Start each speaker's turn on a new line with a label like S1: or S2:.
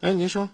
S1: 哎，您说，